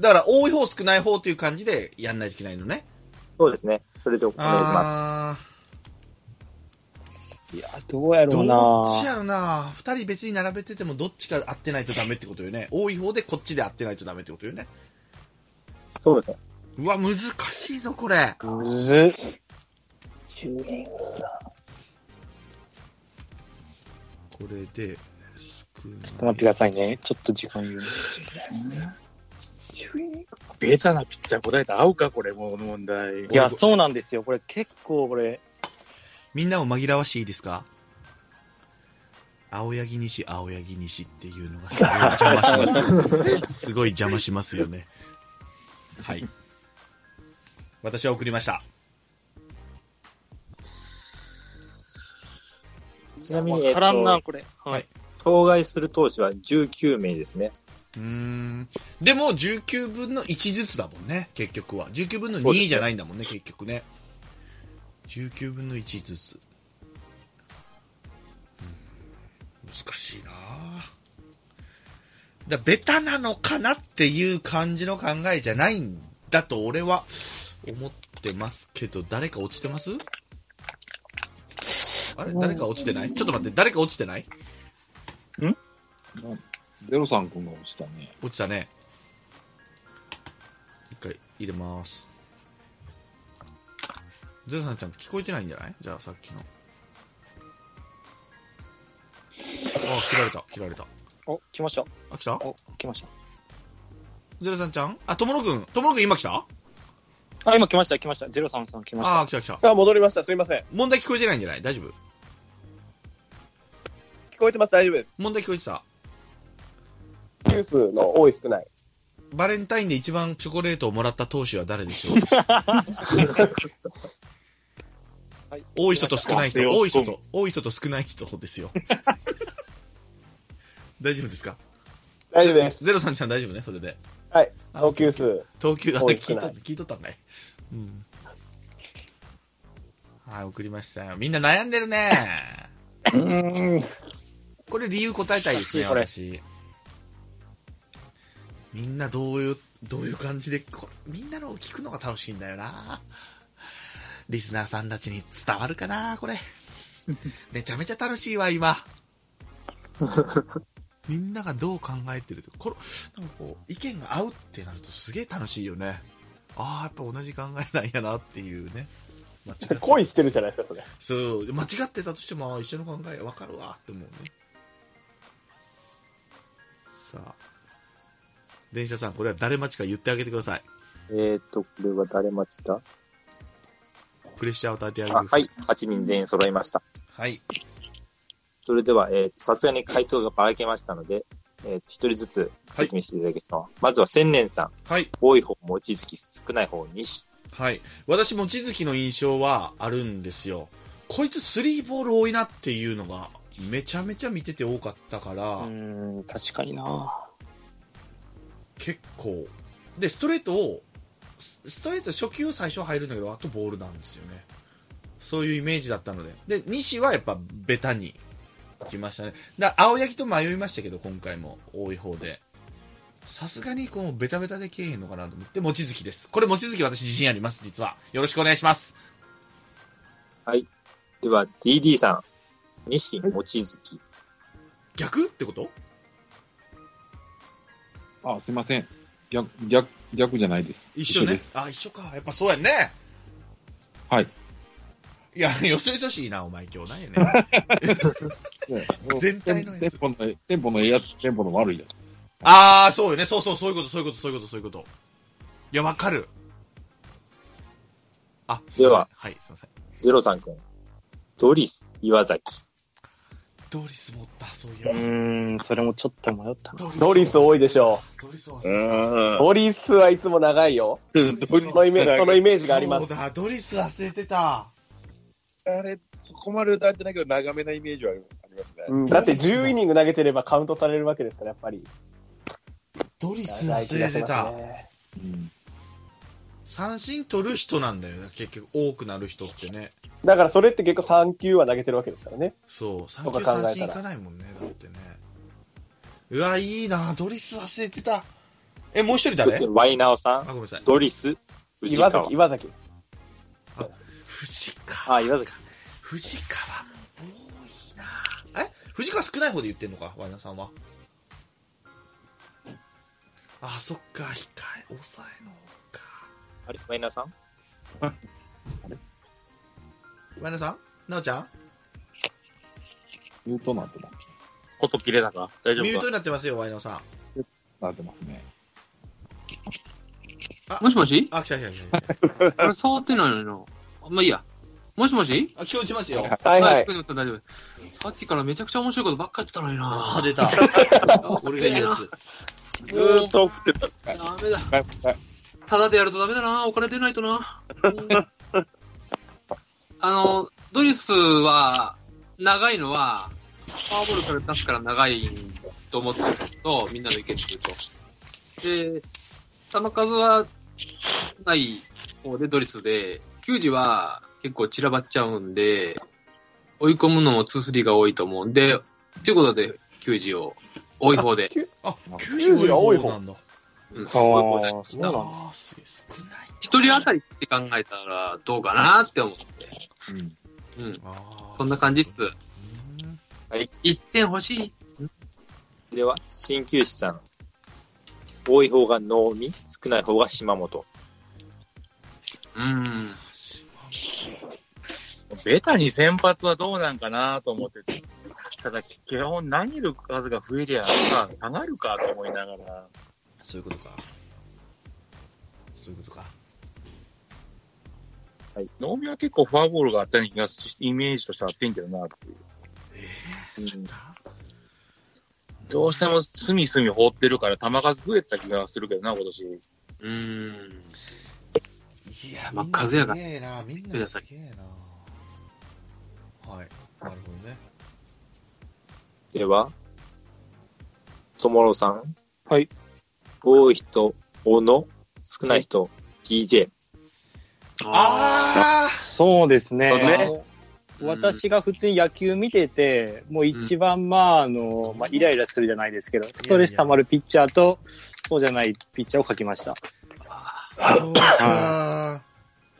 だから多い方少ない方という感じでやんないといけないのね。そうですね。それでお願いします。あいや、どうやーろうどっちなやろな二人別に並べててもどっちか合ってないとダメってことよね。多い方でこっちで合ってないとダメってことよね。そうですね。うわ、難しいぞ、これ。むずっ。10円これで、ちょっと待ってくださいね。ちょっと時間言う。ベタなピッチャー答えて合うか、これ、もう問題。いや、そうなんですよ。これ結構これ、みんなを紛らわしていいですか青柳西、青柳西っていうのがすごい邪魔します。すごい邪魔しますよね。はい。私は送りました。ちなみわに、えっからんな、と、これ。ははいい。当該する投手は19名ですね。うーん。でも、19分の1ずつだもんね、結局は。19分のそ2うですねじゃないんだもんね、結局ね。19分の1ずつ。うん難しいなぁだベタなのかなっていう感じの考えじゃないんだと俺は思ってますけど、誰か落ちてますあれ誰か落ちてないちょっと待って、誰か落ちてないゼロさん君が落ちたね。落ちたね一回入れますゼロさんちゃん聞こえてないんじゃないじゃあさっきのあ切られた切られたお、来ました。あ来たお、来ましゼロさんちゃんあともろくんともろくん今来たた。あ、今来ました、来ました。ゼロさんさん来ましあた。あ来た来たあ、戻りました。すいません。問題聞こえてないんじゃない大丈夫聞こえてます。大丈夫です。問題聞こえてたニュースの多い少ない。バレンタインで一番チョコレートをもらった投手は誰でしょうはい多い人と少ない人あ多い人と多い人と少ない人ですよ 大丈夫ですか大丈夫です。ゼロさんちゃん大丈夫ね、それで。はい。あ投球数。投球、あ、多い聞いた、少ない聞いとったんかい。うん。はい、送りましたよ。みんな悩んでるね。うん。これ理由答えたいですね、これ私。みんなどういう、どういう感じで、こみんなのを聞くのが楽しいんだよな。リスナーさんたちに伝わるかな、 これ。めちゃめちゃ楽しいわ、今。みんながどう考えてると、この、なんかこう、意見が合うってなるとすげえ楽しいよね。ああ、やっぱ同じ考えなんやなっていうね。間違って恋してるじゃないですか、それ。そう、間違ってたとしても、あ一緒の考えわかるわって思うね。さあ。電車さん、これは誰待ちか言ってあげてください。えっと、これは誰待ちだプレッシャーを与えてあげてあくださ。はいい。8人全員揃いました。はい。それでは、えーさすがに回答がばらけましたので、えーと、一人ずつ説明していただきますのは、まずは千年さん。はい。多い方、望月、少ない方、西。はい。私、望月の印象はあるんですよ。こいつスリーボール多いなっていうのが、めちゃめちゃ見てて多かったから、うーん、確かにな結構。で、ストレートを、スストレート初球最初入るんだけど、あとボールなんですよね。そういうイメージだったので。で、西はやっぱベタに来ましたね。だ青柳と迷いましたけど、今回も多い方で。さすがにこのベタベタでけえへんのかなと思って、望月です。これ望月私自信あります、実は。よろしくお願いします。では、DD さん。西、望月。逆ってことあ、すいません。逆、逆、逆じゃないです。一緒ね。です。あ、一緒か。やっぱそうやんね。はい。いや、寄せ女子いいな、お前今日なんやね。 全体のやテンつポの、テンポのええやつ、テンポの悪いやつ。あー、そうよね。そうそう、そういうこと、そういうこと、そういうこと、そういうこと。いや、わかる。あ、すいませんでは。はい、すいません。ゼロさんくん。ドリス、岩崎。ドリス持った、そういえば。うーん、それもちょっと迷ったな。ドリス多いでしょドリスはうードリスはいつも長いよ。ん。ドリそのイメージ、そのイメージがありまそうす。だ、ドリス忘れてた。あれ、そこまで歌ってないけど、長めなイメージはありますね。うんだって10イニング投げてればカウントされるわけですから、やっぱり。ドリス長い気忘がれしてまたす。ね。うん。三振取る人なんだよね。結局、多くなる人ってね。だからそれって結構3球は投げてるわけですからね。そう、三とか球考えたら三振いかないもんね、だってね。うわ、いいなドリス忘れてた。え、もう一人そ誰して、ワイナオさあ、ん、ごめんなさい。ドリス、藤岩川崎、。岩崎。藤川。あ、岩崎。藤川。多いなえ藤川少ない方で言ってんのかワイナさんは。あ、そっか。控え、抑えの方か。あれワイナオさんワイナさんなおちゃんミュートになってまこと切れたか大丈ミュー夫トかになってますよ、ワイナさん。す。なってますね。もしもしあ、来た来た来た来た。あれ触ってないのにな。あまあいいや。もしもしあ、聞こえてますよ。はいはい聞。こえてます大丈夫。さっきからめちゃくちゃ面白いことばっかり言ってたのにあな。ー、出た。 俺が言うやつ。ずーっと。と振ってた。ダメだ。はいはいただでやるとダメだな。お金出ないとな。うんあの、ドリスは、長いのは、パワーボールから出すから長いと思ってると、みんなの意見すると。で、球数は、ない方でドリスで、球児は結構散らばっちゃうんで、追い込むのも2-3が多いと思うんで、ということで、球児を、多い方で。あ、 90が多い方なんだ。うんそうそうなんあー、すげえ少ない。一人当たりって考えたらどうかなって思って。うん。うん。あーそんな感じっす。うん1点欲しい。では、鍼灸師さん。多い方が能見、少ない方が島本。うん。ベタに先発はどうなんかなと思ってて。ただ、基本投げる数が増えりゃ、まあ、下がるかと思いながら。そういうことか。そういうことか。能見は結構フォアボールがあったような気がし、イメージとしてあってんけどなっていう。うんどうしても隅隅放ってるから球が増えてた気がするけどな、今年。ういん。や、まあみんな風やがすげえな、みんなすげえな。はい。なるほどね。では、ともろさん。はい。多い人、小野、少ない人、DJ。あそうですね。ねうん私が普通に野球見てて、もう一番、まあ、あの、まあ、イライラするじゃないですけど、ストレス溜まるピッチャーと、そうじゃないピッチャーを書きました。あそうか。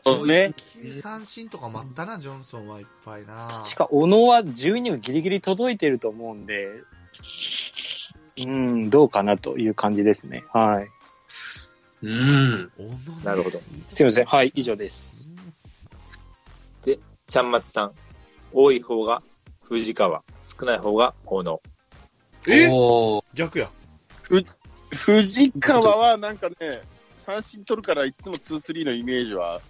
そうね。 9三振とか待ったな、ジョンソンはいっぱいな。しか、小野は12人ギリギリ届いてると思うんで、うん、どうかなという感じですね。はい。うん。おのねなるほど。すいません。はい、以上です。ちゃんまつさん。多い方が藤川、少ない方が小野。えおー逆や。藤川はなんかね、三振取るからいつも2、3のイメージは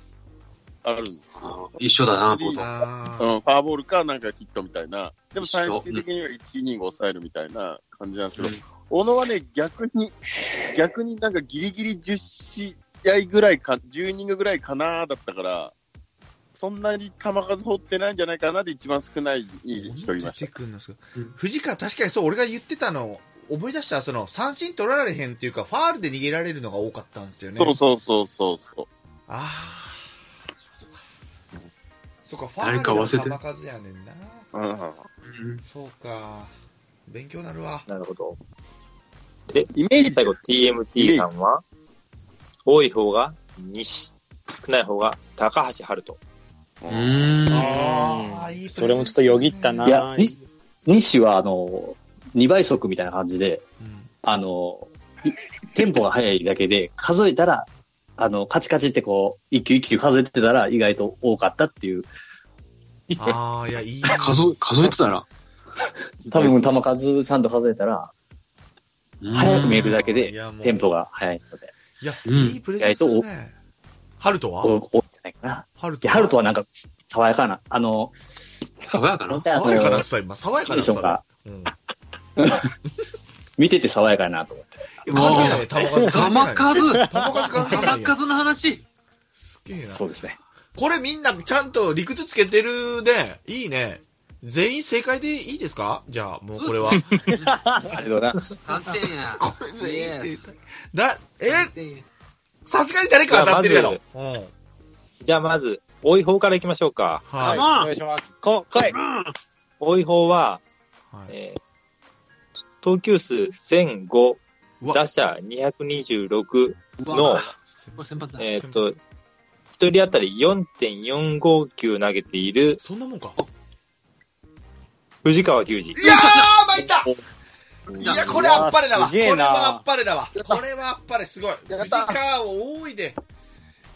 あるんですよ。一緒だな、いいこあうーん、ファーボールかなんかヒットみたいな。でも一緒最終的には1イニング抑えるみたいな感じなんですけど、小野はね、逆に、逆になんかギリギリ10試合ぐらいか、10イニングぐらいかなだったから、そんなに球数放ってないんじゃないかなで一番少ない人いまし出たて。くんですけどうん藤川、確かにそう、俺が言ってたの、思い出した、その、三振取られへんっていうか、ファールで逃げられるのが多かったんですよね。そうそうそうそうそう。ああ。そうか、ファ誰ーかル忘れての球数やねんな。うん、うんそうか。勉強なるわ。なるほど。イメージ最後、TMT さんは、多い方が西、少ない方が高橋春人。うん。ああ、いいプレゼンそれもちょっとよぎったな。いや、に西は、あの、2倍速みたいな感じで、うんあの、いテンポが速いだけで、数えたら、あの、カチカチってこう、一球一球数えてたら意外と多かったっていう、ああ、いや、いい。数え、数えてたら。多分球数ちゃんと数えたら、うん早く見えるだけいでやもう、テンポが速いので、いや、うんいいプレゼンするね。ハルトはお多いんじゃないかな。ハルいトや、ハルトはなんか、爽やかな、あの、爽やかな。あの爽やかなさ、今、爽やかなテンションさが。うん。見てて爽やかやなと思って。いや関係ない、球数。球関係数ない球数関係ない球やん。数の話。すげえな。そうですね。これみんなちゃんと理屈つけてるね。いいね。全員正解でいいですかじゃあ、もうこれは。ありがとうございます。 3点や。これ全員イエ正解。だ、え三点やさすがに誰か当たってるやろ。うん。じゃあまず、多い方から行きましょうか。はは、いいお。願いします。こ、来い多い方は、はいえー投球数1005、うわ打者226の、これ先発だ。えーっと、一人当たり4.459球投げているそんなもんか。藤川球児。いやー、参ったいや、これあっぱれだわ。こすげえれなはあっぱれだわ。これはあっぱれ、すごい。藤川を多いで。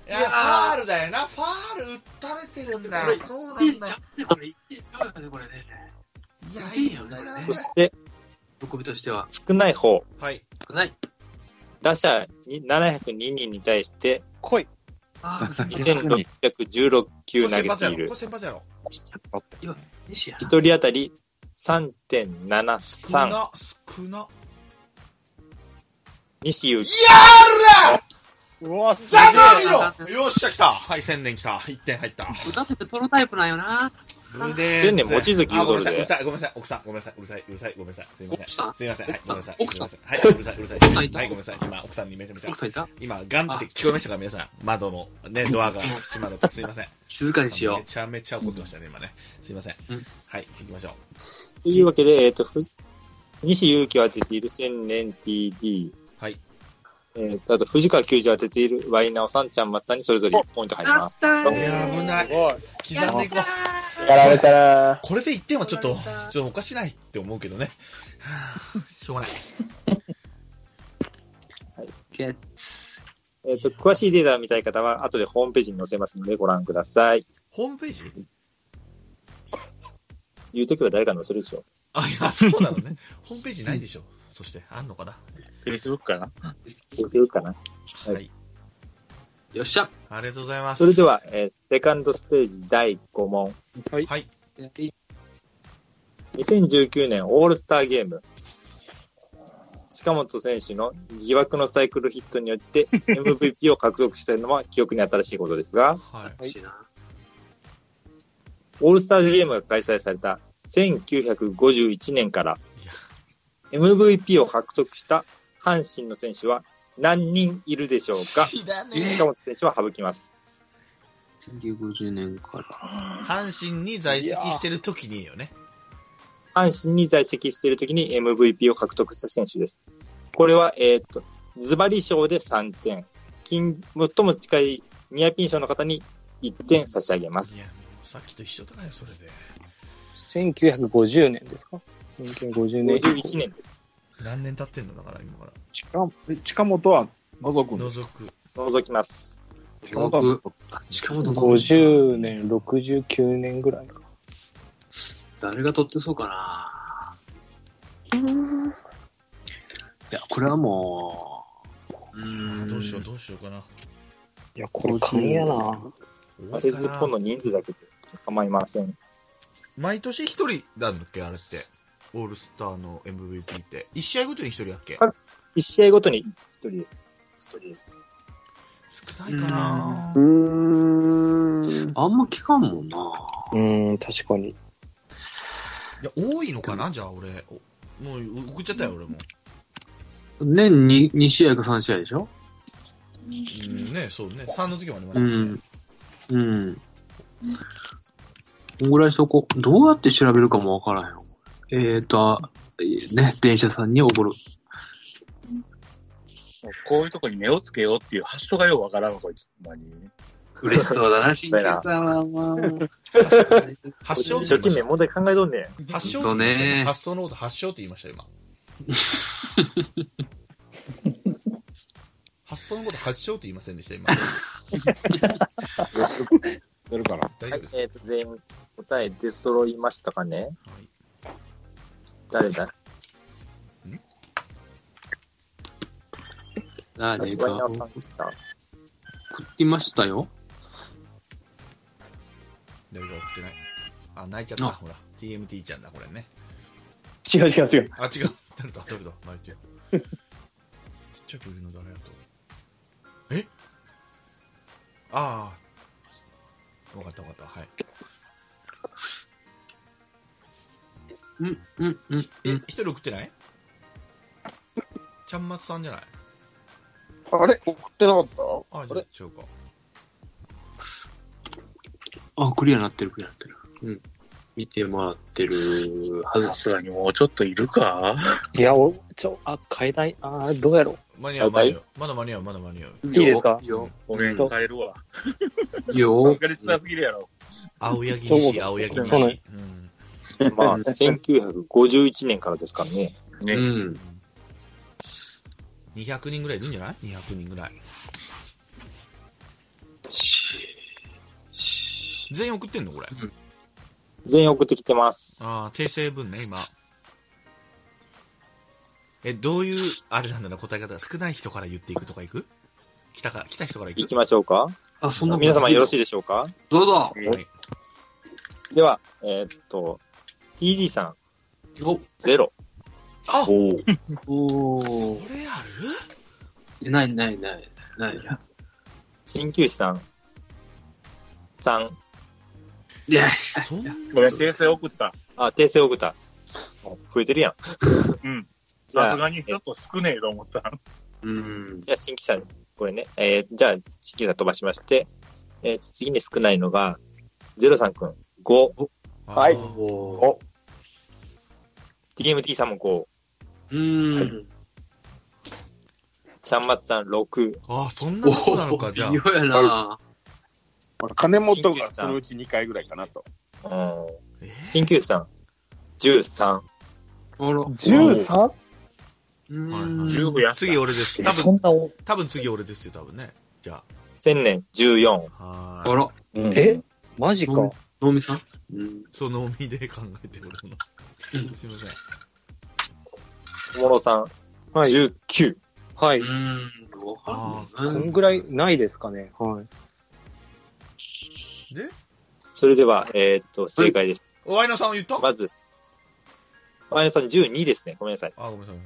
いや、ファールだよな。ファール打たれてるんだよ。そうないいんちだゃよ。うね、これ。いいちゃうよね、これね。いや、いいいいよよねね。そして、喜びとしては。少ない方、はい。少ない。打者に702人に対して来い。ああ、 2616こ球れ投先げ発てやろ。こいるれ。先発やろ。西や。一人当たり少3.73。な、少な。西勇輝やるうわ、すなげザえ。マミロよっしゃ、来た。はい、1000年来た。1点入った。打たせて取るタイプなんよな。 1000千年望月ゆうあ、ごとめんるなでさい、ごめんなさい、奥さん、ごめんなさい、うるさい、うるさい、ごめんなさい、すいません。奥さんすいません、はい、ごめんなさい。奥さごめんなさいはい、うるさい、うるさい。さんいたはい、ごめんなさい。今、奥さんにめちゃめちゃ奥。さんいた今、ガンって聞こえましたか、皆さん。窓の、ね、ドアが閉まると。すいません。静かにしよめちゃめちゃ怒ってましたね、今ね。すいませんうん。はい、行きましょう。というわけで、えっ、と、ふ西勇輝を当てている千年 TD。はい。えーと、あと、藤川球児を当てているワイナオさん、ちゃんまつさんにそれぞれ1ポイントう。入りやまっす。たーいやー、危ない。刻んでいこう。やられたなこれで1点はちょっと取られた、ちょっとおかしないって思うけどね。 しょうがない。えっ、と、詳しいデータを見たい方は、後でホームページに載せますのでご覧ください。ホームページ言うときは誰か載せるでしょ。あ、いや、そうなのね。ホームページないでしょ。そして、あんのかな Facebook かな載せるかな。はいはい。よっしゃ。ありがとうございます。それでは、えーセカンドステージ第5問。はい。 2019年オールスターゲーム。近本選手の疑惑のサイクルヒットによって MVP を獲得したのは記憶に新しいことですが、はい。欲しいな。オールスターゲームが開催された1951年からいや MVP を獲得した阪神の選手は何人いるでしょうかだ近本選手は省きます。 1950年から。阪神に在籍してる時によね。阪神に在籍している時に MVP を獲得した選手です。これは、えーっと、ズバリ賞で3点、近最も近いニアピン賞の方に1点差し上げまいす。や、さっきと一緒だよ、それで。 1950年ですか ?1950 年。 51年で何年経ってんのだから、今から。近近本は覗くんです。覗く。覗きます。近本は近本50年、69年ぐらいか。誰が取ってそうかないや、これはもう、うーん、どうしよう、どうしようかな。いや、これ勘やな。当てずっぽの人数だけで構いません。毎年一人なんだっけ、あれって。オールスターの MVP って。一試合ごとに一人だっけあ1試合ごとに1人です。1人です。少ないかなうーん。あんま聞かんもんなうん、確かに。いや、多いのかなじゃあ、俺。おもう、送っちゃったよ、俺も。年に2試合か3試合でしょうん、ね、そうね。3の時もありましたうねん。うん。こんぐらいしとこう。どうやって調べるかもわからへんよ。えーと、ね、電車さんにおごる。こういうとこに目をつけようっていう発想がようわからんわ、こいつ。ほんまに。嬉しそうだな、しんどいなさんはもう。発祥一って生言いま懸命問題考えとんねん。した。発祥ってほんと言いましたねね発想のこと発祥って言いました、今。発想のこと発祥って 言いませんでした、今。 出るかな。大丈はい夫で、す。えっ、と、全員答え出揃いましたかねはい誰だ誰ワイかナオさん来た送ってましたよ。誰か送ってない。あ、泣いちゃっあた。ほら。TMT ちゃんだ、これね。違う違う違う。あ、違う。誰だ、誰だ、泣いて る。ちっちゃくいるの誰やと。えああ。わかったわかった。はい。うん、うん、うん、うえん。、一人送ってないちゃんまつさんじゃないあれ送ってなかったあ、じゃあ、違うか。あ、クリアなってる、クリアなってる。見てもらってるはずさ。すがにもうちょっといるかいや、お、ちょ、あ、変えない、あーどうやろう。間に合う、間に合う。まだ間に合う、まだ間に合う。いいですかいいよ。ごめん、そう帰るわ。いいさよすがに辛すぎるやろ。青柳そう西、です青柳そうな西ん。うん まあ、1951年からですからね。ね。うん。 200人ぐらいいるんじゃない ?200 人ぐらい。全員送ってんのこれ。全員送ってきてます。ああ、訂正文ね、今。え、どういう、あれなんだな、答え方。少ない人から言っていくとかいく来たか、来た人からいく行きましょうか。あ、そんな皆様よろししいでしょうかい。どうぞ。はいでは、えーっと、TD さん、お、ゼロ。あそおーおー。れあるえないないない。ないや。鍼灸師さん、3。いや、そんなごめん、訂正送った。あ、訂正を送った。増えてるやん。うん。 じゃさあす、がにちょっと少ねえと思った。うん。じゃあ、新規者、これね、えー、じゃあ、新規者飛ばしまして、えー、次に少ないのが、ゼロさんくん、5、はいあーおーお、 TMT さんも5、うん。ちゃんまつさん6、あー、そんなことなのか、じゃあ微。妙やな。まあ金本がそのうち2回ぐらいかなと。うん、えー鍼灸師さん、13、あら。 13? うんはいはい10増やす。次俺です。多そ分ん、なお、多分次俺ですよ、多分ね。じゃ千年14、あ。はあーい。ら、うんえマジか。能見さんうん。そのみで考えて俺の。すいません。小諸さん、はい。 19。はい。うん。わかこるんぐらいないですかね。はい。で、それでは、えー、っと、正解です。おワイナさんは言ったまず、マイナさん12ですね。ごめんなさい。あ、ごめんなさい。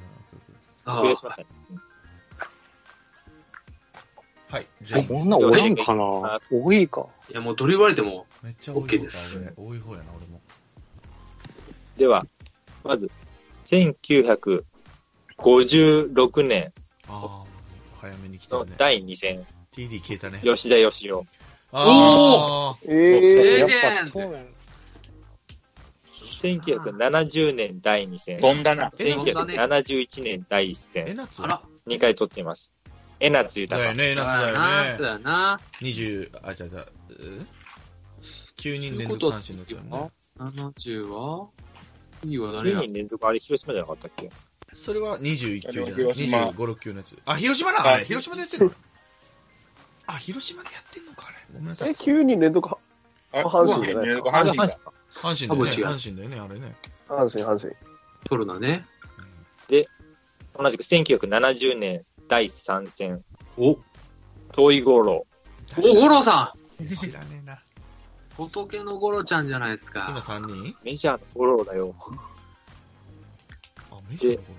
あ増やしましたね。はい。じゃあ、こんなおらんかなはい多いか。いや、もうどれ言われても、めっちゃ多い OK 方でかす、俺。多い方やな、俺も。では、まず、1956年ああ、早めに来たのね。第2戦、 TD 消えたね。吉田義雄。あーえレえジェンそうドなの1970年第2戦、飛んだな。 1971年第1え戦、なつあら、 2回取っています。江夏だよ豊。ね、えなつだよそうね。やな。 20、あ、違う違う。え9人連続三振のやつだもんね。 70はいいわ、誰9や。人連続、あれ広島じゃなかったっけそれは21球じゃない広島 ?25、6球のやつ。あ、広島なあれ広島でやってんのあ、広島でやってんのかあれ。ごめんなさえ、い。 9人連続、阪あ阪神じゃないですか阪神か。か。阪神だよ多ね。阪神だよね、あれね。神、阪神。取るなね。同じく1970年第3戦、お、お、遠い五郎。五郎さ知らねえな。ん仏の五郎ちゃんじゃないです今か。 3人メジャーの五郎だよ。あ、メジャーのこ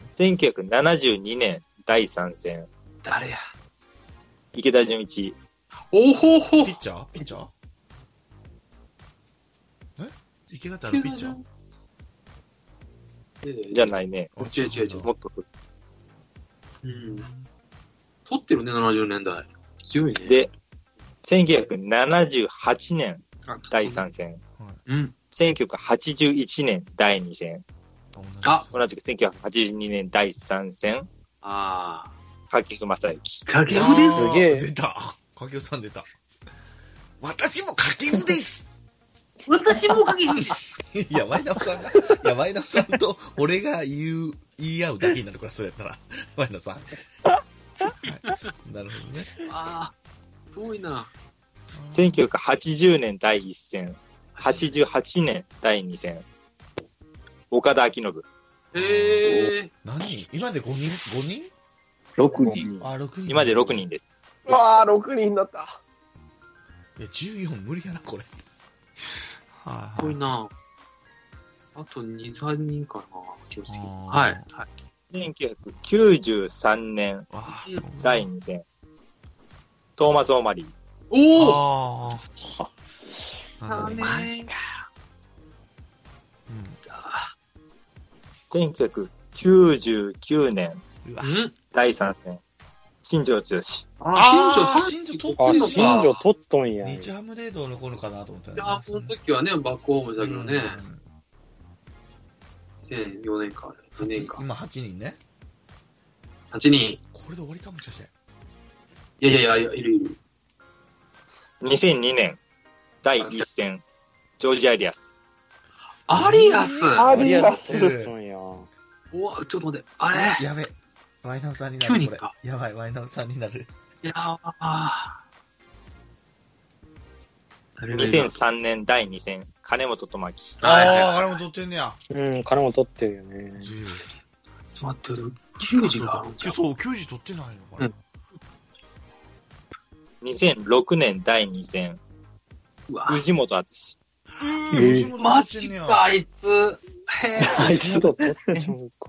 1972年第3戦、誰や。池田純一。おほれほピッ。チャーピッチャーえ池田ってあのピッチャーーじゃないね。あ違う違う違うもっとそうん。取ってるね、70年代。強いね。で、1978年あ、第3戦、うん。 1981年第2戦、ああ、同じく1982年第3戦、ああ。柿生正幸。崖同じあでーすげえ出た。かけおさん出た。私もかけぶです私もかけるいや、ワイナオさんが、いや、ワイナオさんと俺が言う、言い合うだけになるから、それやったら。ワイナオさん。はい、なるほどね。ああ。遠いな。 1980年第1戦、88年第2戦、岡田明信。へえ。何人今で5人 ?5 人6人。あ、6人。今で6。人です。わあ、6人だった。いや、14無理やな、これ。はい遠はいいな。あと2、3人かな。気をつけてあーはい。はい。 1993年わあ第2戦、トーマス・オーマリー。おおああ。なるほどね1999年うん。うわうん第3戦、新庄剛志。あああ、ー新庄、新庄取あ、取っっててんんの新の庄か。取っとんや。日ハムデートの頃かなと思ったいや、この時はね、バックホームだけどね。うん2004年か、2年か。今8人ね。 8人。これで終わりかもしかして。いやいやいや、いるいる。 2002年、第一戦、ジョージ・アリアス。アリアスアリアス。うわ、ちょっと待って、あれやべ。ワイナウさんになる。 9人これかやばい、ワイナウさんになる。いやー。 2003年、第二戦、金本智樹。はいはいああ、あれも取ってんねや。うん、金も取ってるよね。ちょっと待って、9時があるんじゃん。そう、9時取ってないのかな。 2006年、第二戦、うわ、藤本敦。うーん吉本取マってんジねやか、あいつ。へあいつと、え。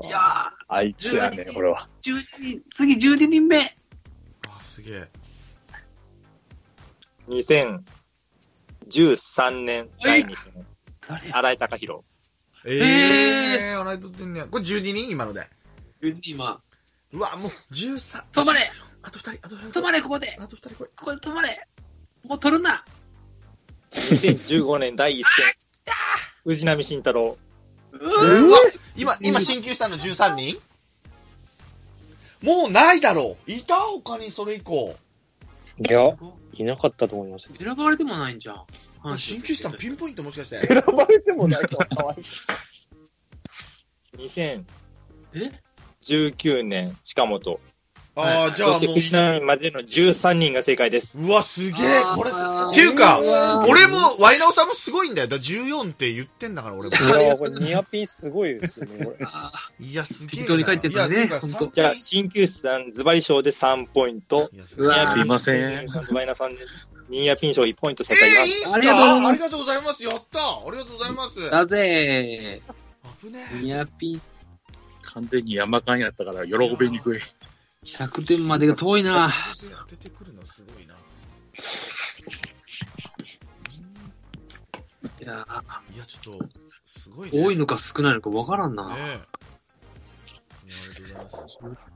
いやあいつやね、これは。ー、12人、次12人目。あすげえ。 2013年、第二戦、新井貴弘。ええー、洗い取ってんねや。これ12人今ので。 12人今。うわ、もう13。止まれあと2人、あと2人。止まれ、ここであと2人来い。ここで止まれもう取るな2015 年、第一戦、藤波慎太郎。ううーわ今、今、進級したの13人もうないだろういた他にそれ以降。いや、いなかったと思います。選ばれてもないんじゃん。進級したのピンポイントもしかして。選ばれてもないかかわいい。 2019え年、近本。ああ、じゃそあしても藤波までの13人が正解です。う、うわ、すげえ、これ、あーっていうかうわ、ー俺も、ワイナオさんもすごいんだよ。だから14って言ってんだから、俺も。いや、これニアピーすごいですね、これ。あいや、すげえな。適当に書いてたいや、ねっていうほんか、3とじゃあ、鍼灸師さん、ズバリ賞で3ポイント。いやうわすいません。ドバイナさんで、ニーヤピン賞1ポイントえ正ー、い解いがっすかありがとうございますありがとうございます。やったありがとうございます。だぜ危ねー。ニアピン完全に山間やったから喜びにくい。 100点までが遠いな。え。当ててくるのすごいな。いやーいや、ちょっと、すごいね。多いねのか少ないのかわからんえ。な。ねありがとうございます。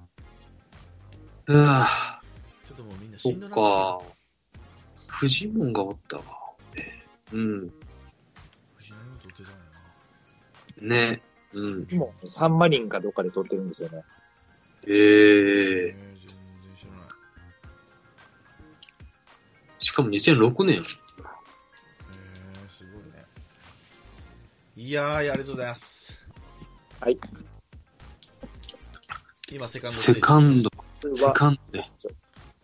うわちょっともうみんなそしっんどなってか。フジモンがおったわ。うん。る。何も取ってたんやね。うん。もう、サンマリンかどっかで撮ってるんですよね。えな。えー、え全然知らない。しかも2006年。えー、すごいね。いやー、ありがとうございます。はい。今、セカンドステセージカンド、これセは、カンドです。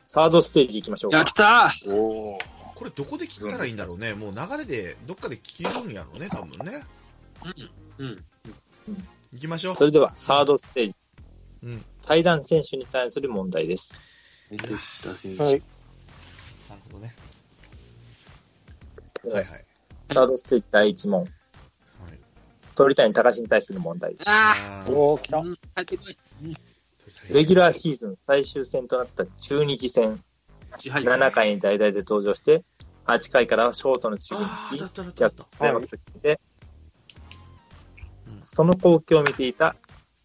サードステージ行きましょうやかっ。たーおーこれどこで切ったらいいんだろうね。もう流れで、どっかで切るんやろうね、多分ね。うん。うん。行きましょう。それでは、サードステージ。うん対談選手に対する問題です。出てきた選手。はい。なるほどね。お願いしますサードステージ第1問。はい。鳥谷隆に対する問題。ああーおー、来あ、たう。ん、帰ってこい。レギュラーシーズン最終戦となった中日戦、はい7回に代々で登場して、8回からはショートの守備あにー、だつきっ、たらキだャっッた。プ開幕戦で、うんその光景を見ていた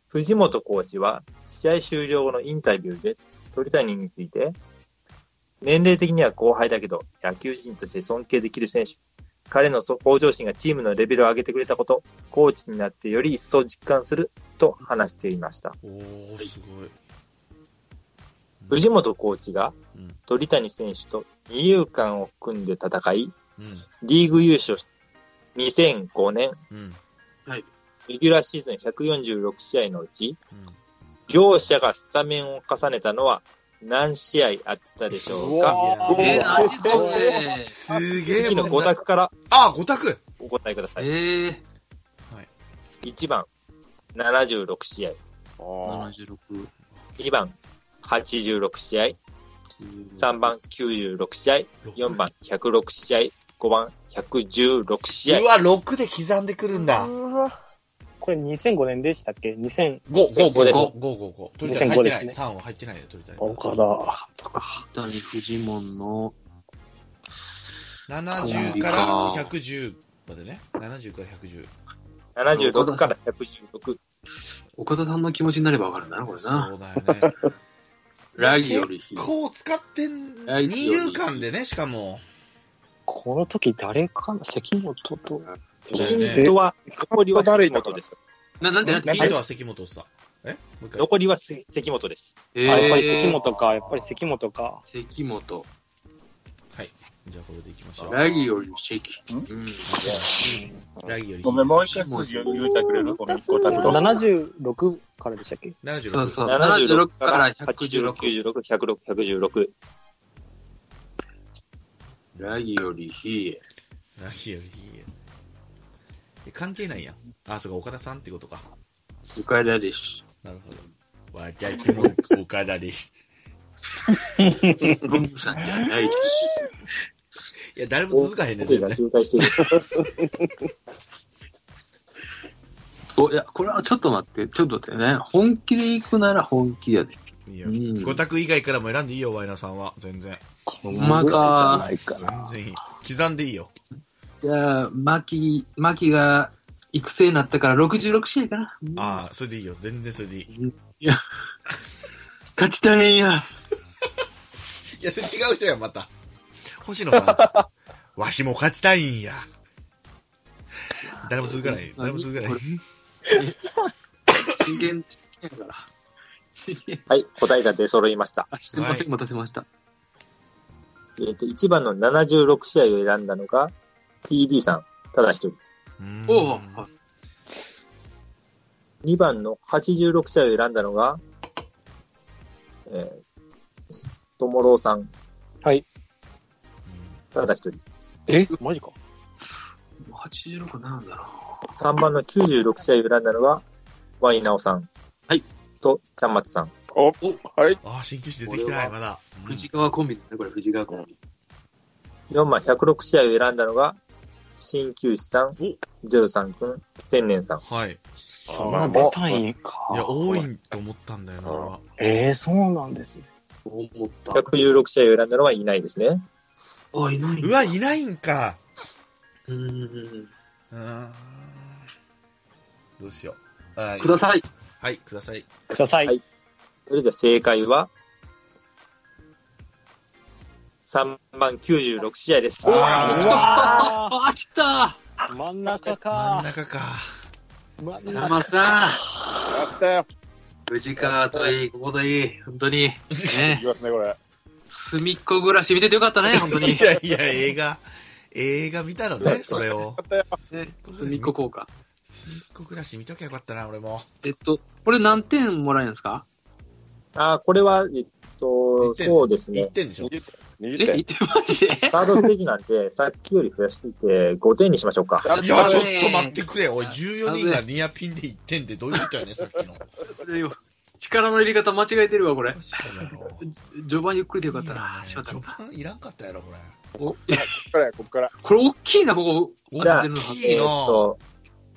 藤本コーチは、試合終了後のインタビューで鳥谷について、年齢的には後輩だけど、野球人として尊敬できる選手。彼の向上心がチームのレベルを上げてくれたこと、コーチになってより一層実感すると話していました。おー、すごい。藤本コーチがうん鳥谷選手と二遊間を組んで戦い、うリーグ優勝し、2005年、ん。うん。レギュラーシーズン146試合のうち、うん両者がスタメンを重ねたのは何試合あったでしょうかいえー、や何それすげえ次の問5題。択からあ、五択。お答えください。ええ1番、76試合。ー、76。 2番、86試合。3番、96試合。4番、106試合。5番、116試合う。わ、六で刻んでくるんだ。うわこれ2005年でしたっけ ?2000、五五そう五です五五五五。取りたい。入ってな2005ですい。ね三は入ってないで取りたい。岡田。ダニフジモンの、七十から百十までね。七十から百十。 76から116。岡田さんの気持ちになればわかるんだな、これな。そうだよね。ラギよりひどいこう使ってん、ラギより二遊間でね、しかも。この時誰かな関本と。ヒントは、残りは関本です。な、なんて、なんて、ヒントは関本さん。え残りはせ関本です。えーあやっぱり関本か、やっぱり関本か。関本。はい。じゃあこれでいきましょう。ラギよりシェキ。うん。ラギよりごめん、もう一回数字言うてくれるごめん、ごたくと。 76からでしたっけ76そう76から86、96、106、116。ラギよりヒエ。ラギよりヒエ。え関係ないやん。あ、そうか、岡田さんってことか。岡田 です。なるほど。私も岡田です。文具さんじゃないです。いや、誰も続かへんねん、絶対。渋滞してる。お、いや、これはちょっと待って、ちょっと待ってね。本気で行くなら本気やで。いいようん。五択以外からも選んでいいよ、ワイナさんは。全然。ほんまか。全然いい。刻んでいいよ。じゃあ、マキ、マキが育成になったから66試合かな。ああ、それでいいよ。全然それでいい。いや、勝ちたいんや。いや、それ違う人や、また。星野さ ん。わしも勝ちたいんや。誰も続かない。誰も続か ない。真剣やから。はい、答えが出揃いました。すいません、待たせました。えっと、1番の76試合を選んだのが、TD さん、ただ一人。おうはい2番の86試合を選んだのが、えー、ともろうさん。はい。ただ一人。えマジか。 86なんだろ3番の96試合を選んだのが、ワイナオさん。はい。と、ちゃんまつさん。お、はい。ああ、新旧市出てきてない、まだ。う。藤川コンビですね、これ、藤川コンビ。 4番106試合を選んだのが、鍼灸師さん、ゼロさんくん、天然さん。はい。そんな出たいんか。いや、多いと思ったんだよな、俺は。えー、そうなんですね。思った。 116試合を選んだのはいないですね。あ、いない。うわ、いないんか。うーん。うーんどうしよう。はいください。はい、ください。ください。はいそれじゃ正解は、3番96試合です。あうわあ、来たー真ん中真んか。中か。真んた中。まさん、やったよ。藤川といい、ここといい、本当に。いね き。ますね、これ。隅っこ暮らし見ててよかったね、 本当に。ね いやいや、映画、映画見たのね、それを。隅っこ効果。すっごくらし見ときゃよかったな、俺も。えっと、これ何点もらえるんですかあーこれは、えっと、一点そうですね1。点でしょ。え、 20言点っ。てマジでサードステージなんで、 さっきより増やしていて、5点にしましょうか。いや、ちょっと待ってくれ。おい、14人がニアピンで1点ってどういうことやねん、さっきの。力の入れ方間違えてるわ、これ。そうやろ序盤ゆっくりでよかっいたいな。ねしまった序。盤いらんかったやろ、これ。おここからや、ここから。これ大きいな、ここ。じゃあ出るの大きえいっなと、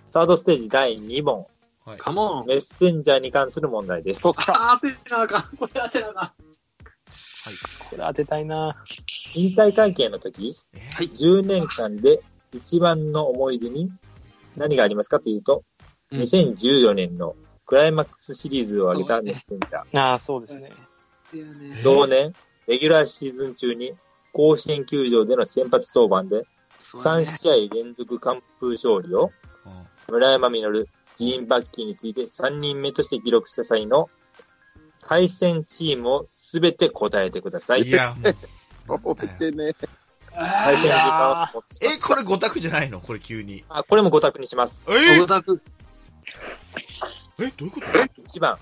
サードステージ第2問、はい。カモン。メッセンジャーに関する問題です。あー、当てなあかん。これ当てなあかこれ当てたいな。引退会見の時、はい10年間で一番の思い出に何がありますかというと、うん2014年のクライマックスシリーズを挙げたメッセンジャー。ああ、そうですね。ん。同年、レギュラーシーズン中に甲子園球場での先発登板で3試合連続完封勝利をうん村山実、ジーン・バッキーについて3人目として記録した際の対戦チームを全て答えてください。いや、 もう。お出てね。対戦時間をあ持ちえま、すこれ5択じゃないのこれ急に。あ、これも5択にします。え大田区。え、どういうこと1番、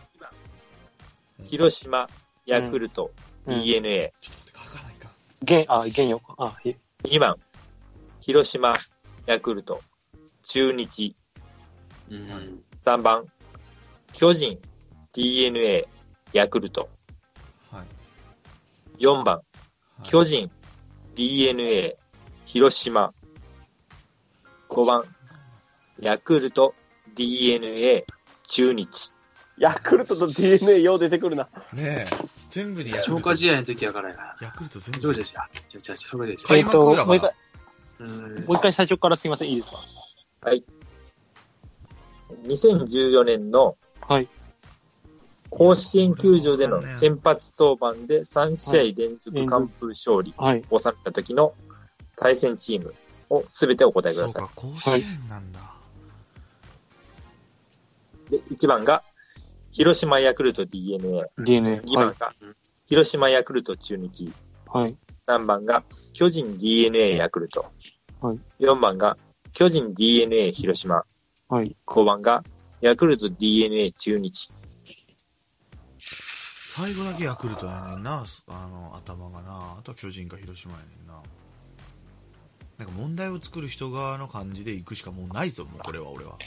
広島、ヤクルト、うん DNA。ちょっと待って、書かないか。げん、あ、げんよ。あ、え2番、広島、ヤクルト、中日。うん。 3番、巨人、DNA、ヤクルト。はい。 4番、巨人、DNA、広島。5番、ヤクルト、DNA、中日。ヤクルトと DNA よう出てくるな。ねえ、全部にヤク消ル化ト。試合の時やからやな。ヤクルト全ジョージ部で。しょ。違う違う違う、それでしょ。開っと、幕だもかう一回ら。、うんもう一回最初からすいません。いいですか2014年のはい。甲子園球場での先発登板で3試合連続完封勝利はい。を収めた時の対戦チームを全てお答えくそだうさい。か、甲子園なんだ。で、1番が、広島ヤクルト DNA。 DNA。 2番が、広島ヤクルト中日。はい。 3番が、巨人 DNA ヤクルト。はい。 4番が、巨人 DNA 広島。はい。 5番が、ヤクルト DNA 中日。最後だけヤクルトやねんな、あの、頭がな。あとは巨人か広島やねんな。なんか問題を作る人側の感じで行くしかもうないぞ、もうこれは俺は。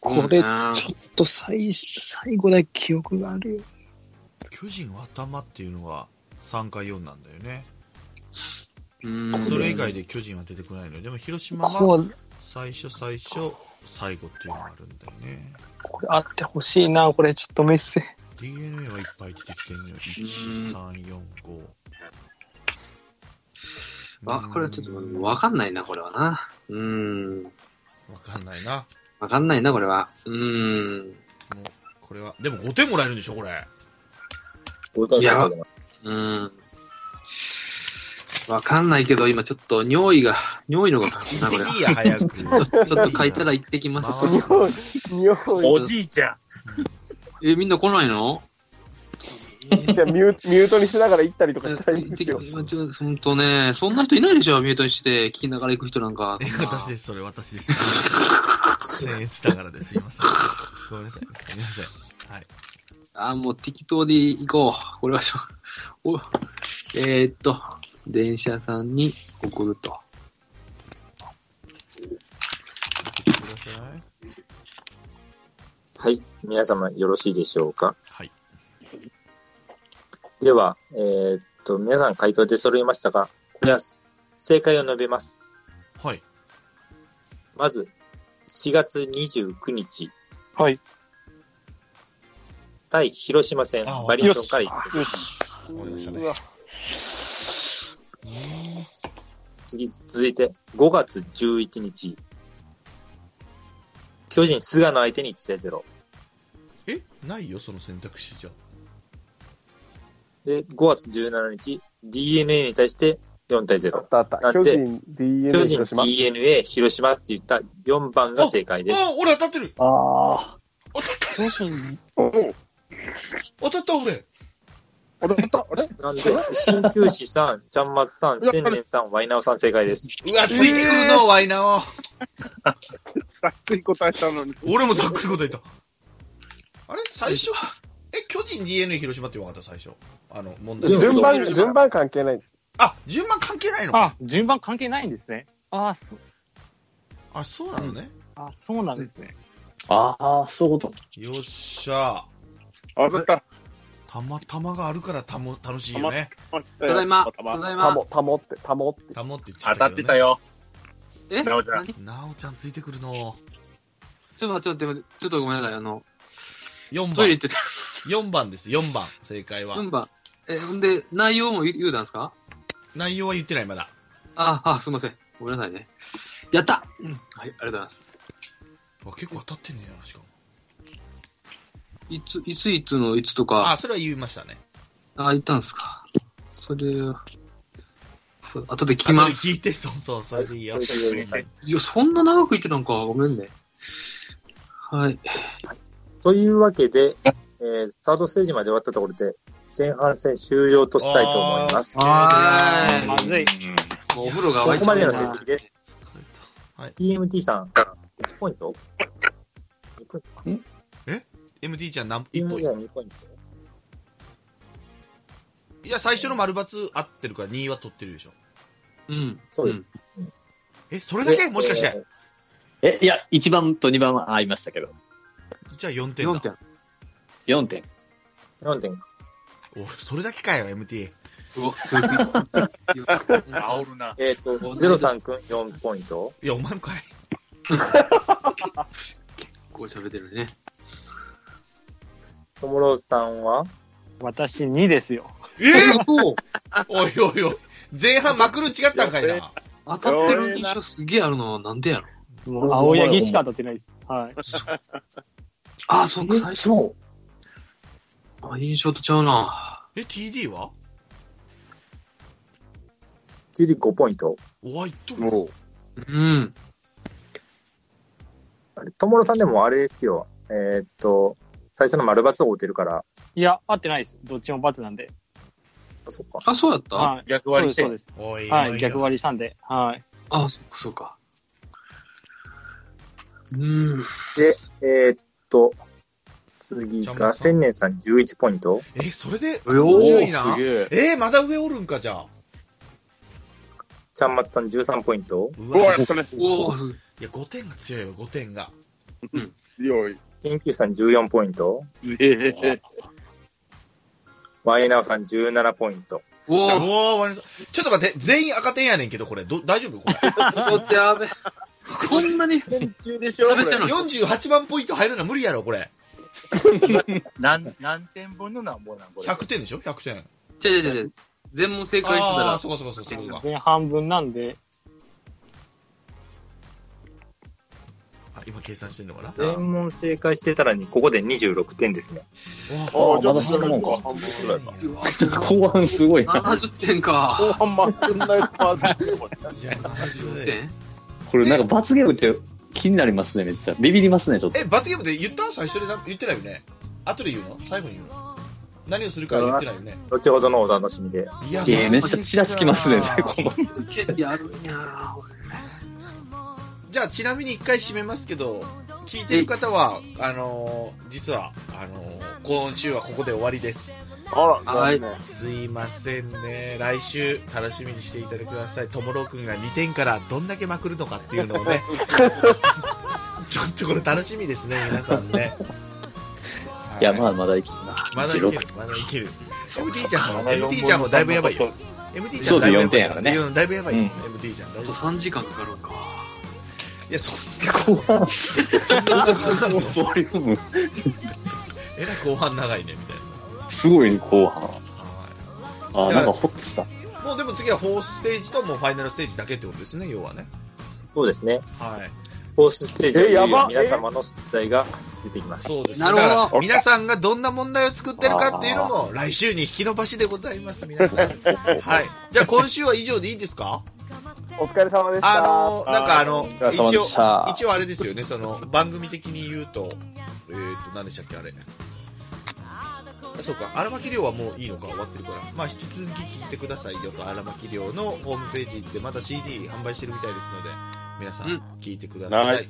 これ、ちょっと最、最後だけ記憶があるよ。巨人は頭っていうのが3か4なんだよね。うんそれ以外で巨人は出てこないのよでも広島こはう最初最初最後っていうのがあるんだよねこれあってほしいな、これちょっとメッセ。 DNA はいっぱい出てきてんのよ1345わ、これはちょっとわかんないな、これはな。うーん。わかんないなわかんないな、これは。うーん。これはでも5点もらえるんでしょこれ5点いや、うーん。わかんないけど、今ちょっと尿意が、尿意のがかな、これは。いいや早 くちょっとちょっと書いたら行ってきます。おじいちゃえ、みんな来ないのん。じゃあミューミュートにしながら行ったりとかしたらいいんですよ。本当ね、そんな人いないでしょ、ミュートにして、聞きながら行く人なんか。私ですそれ私です僭越だからですいませんごめんなさいすいませんはいあーもう適当で行こう。これはしょ、お、えー、っと、電車さんに送ると。はい。皆様よろしいでしょうかはい。では、えーっと、皆さん回答で揃いましたが、これは正解を述べます。はい。まず、4月29日、はい。対広島戦あ、バリトンから一よ戦。し。終わりましたね次、続いて、5月11日、巨人菅野相手に1対0。えないよその選択肢じゃで、5月17日、DNA に対して4対0。あったあった。な巨んで人 DNA 巨人広島。 DNA 広島って言った4番が正解です。あ俺当たってるああ。巨人当たった俺あれあれなんで、鍼灸師さん、ちゃんまつさん、千年さん、ワイナオさん正解です。うわついてくるの、ワイナをざっくり答えたのに。俺もざっくり答えた。あれ最初、え、巨人 DNA 広島って分かった最初。あの、問題。順番、順番関係ない。あ、順番関係ないのか。あ、順番関係ないんですね。あーそあ、そうなのね。あ、そうなんですね。ああ、そういうこと。よっしゃ。あ、だった。たまたまがあるからたも、楽しいよね。ただいま、ただいたまも、、たもって、たもって。たもって言っちゃ当ったたけど、ね。ってた。よ。えなおちゃん何ちょなおちゃんついてくるの。っと待って、待って待って、ちょっとごめんなさい、あの、 4ト番イレ行。ってた。 4番です、4番。正解は。 4番。え、ほんで、内容も言う言うたんですか内容は言ってない、まだ。あ、あ、すいません。ごめんなさいね。やったうん。はい、ありがとうございます。わ結構当たってんねやな、しかも。いつ、いついつのいつとか、あ、それは言いましたね。あ、言ったんですか。それを、そう後で聞き後でます。聞いて、そうそう、それでいいよ。いや、そんな長く言ってたんか。ごめんね。はい。というわけで、えーサードステージまで終わったところで、前半戦終了としたいと思います。こはーい。まずい。もうお風呂が沸いこまでの成な績です。疲れた。 TMT さん、1ポイント ?2 ポイン MT ちゃん何、ト一歩 ?TMT さん2ポイントいや、最初の丸×合ってるから2は取ってるでしょ。うん。そうです。え、それだけでもしかし。えて。え、いや、1番と2番は合いましたけど、じゃあ4点4だ。点。 4点。ー4点。おそれだけかよ、MT。うわ、すごい。煽るな。えっ、と、03くん4ポイント。いや、お前もかい。こう喋ってるね。ともろうさんは私2ですよ。えそう おいおいおい。前半まくる違ったんかいな。当たってる印象すげえあるのはなんでやろ。もう青柳しか当たってないです。はい。あ、そっか。そあ印象とちゃうな。え、TD は ?95 ポイント。おわ、いっとる。もう、うん。あれ、ともろうさんでもあれですよ。えーっと、最初の丸×を追うてるから、いや、合ってないです。どっちも罰なんで。そっか。あ、そうだった、はい。逆割りしてそうです。おいはい、逆割りしたんで。はい。あ、そっか、そうか。うーん。えーっと、次ジャンボさんが、千年さん11ポイントえ、それで、お50位ーなすげえ。えー、まだ上おるんか、じゃあ。ちゃんまつさん13ポイントうおやわ、ったね。おーいや、5点が強いよ、5点が。強い。研究さん14ポイントええ。ワイナオさん17ポイント。うおーわわりましたちょっと待って、全員赤点やねんけど、これ。ど、大丈夫これ。ちょっとやべ。こんなに中でしょ喋ってるのに。 48万ポイント入るのは無理やろ、これ。 何、何点分のなんぼなんこれ。 100点でしょ ?100 点。ちゃちゃちゃちゃ。全問正解してたああー、ら、そうかそうかそうかそうか。前半分なんで、あ今計算してんのかな全問正解してたらに、ここで26点ですね。ああ、じゃあまだそんなもんか半分くらいか。うわ後半すごいな。 70点か。後半まくんないとまずい。いや、まずい。点これなんか罰ゲームって気になりますね、めっちゃ。ビビりますね、ちょっと。え、罰ゲームって言った最初でなん言ってないよね。後で言うの最後に言うの何をするかは言ってないよね。後ほどのお楽しみで。いやいや、めっちゃちらつきますね、こじの。権利あるんや。ゃあ、ちなみに一回締めますけど、聞いてる方は、あのー実は、あのー今週はここで終わりです。あら、はい。すいませんね。来週、楽しみにしていただいてください。ともろうくんが2点からどんだけまくるのかっていうのをね。ちょっとこれ楽しみですね、皆さんね。いや、まあ、まだ生きてるな。まだいける、まだいける。MT ちゃんも、MT ちゃんもだいぶやばいよ。MT ちゃそんうですねだいぶ4点やからねうんだいぶやばいよ、うん MT ちゃん。大丈あ夫と3時間かかるんか。いや、そんな、そんな後半の、 ボリューム、えらい後半長いね、みたいすごいね、後半。な。はあー、なんかホッとした。いもうでも次は4ステージともうファイナルステージだけってことですね、要はね。そうですね。はい。フォースステージはいえやよいよば皆様の出題が出てきます。そうです。なるほどだから 皆さんがどんな問題を作ってるかっていうのも、来週に引き延ばしでございます、皆さん。はい。じゃあ今週は以上でいいですかお疲れ様でした。あのー、なんかあの、れ様一で応した、一応あれですよね、その、番組的に言うと、えっ、ー、と、何でしたっけ、あれ。あそうか、荒牧亮はもういいのか、終わってるから。まあ、引き続き聞いてくださいよと、荒牧亮のホームページ行って、また CD 販売してるみたいですので、皆さうんん、聞いてください。はで、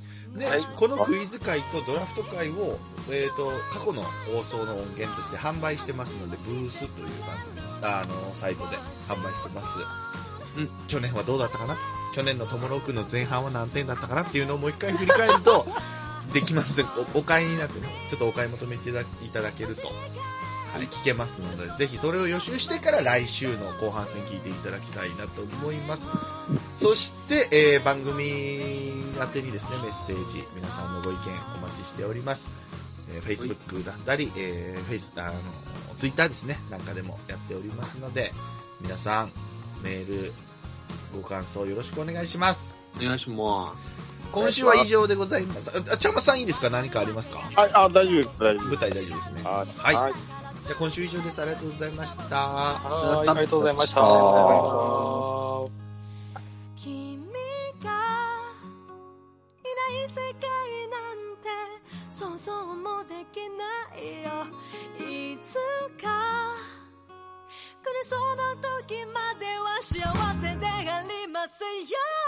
このクイズ会とドラフト会を、えっ、と、過去の放送の音源として販売してますので、ブースという番組、あの、サイトで販売してます。うん去年はどうだったかな去年の友野君の前半は何点だったかなっていうのをもう一回振り返ると できますおお買いになってねちょっとお買い求めていただいただけると、はい、聞けますのでぜひそれを予習してから来週の後半戦聞いていただきたいなと思いますそして、えー番組宛てにですねメッセージ皆さんのご意見お待ちしております、えー、Facebook だったり、えー、フェイスあの Twitter ですねなんかでもやっておりますので皆さんメールご感想よろしくお願いしますお願いします。今週は以上でございますああちゃまさんいいですか何かありますかはい、あ、大丈夫です、大丈夫舞台大丈夫ですねははいじゃあ今週以上ですありがとうございましたありありがとうございました。ありがとうございました君がいない世界なんて想像もできないよいつか来るその時までは幸せでありますよう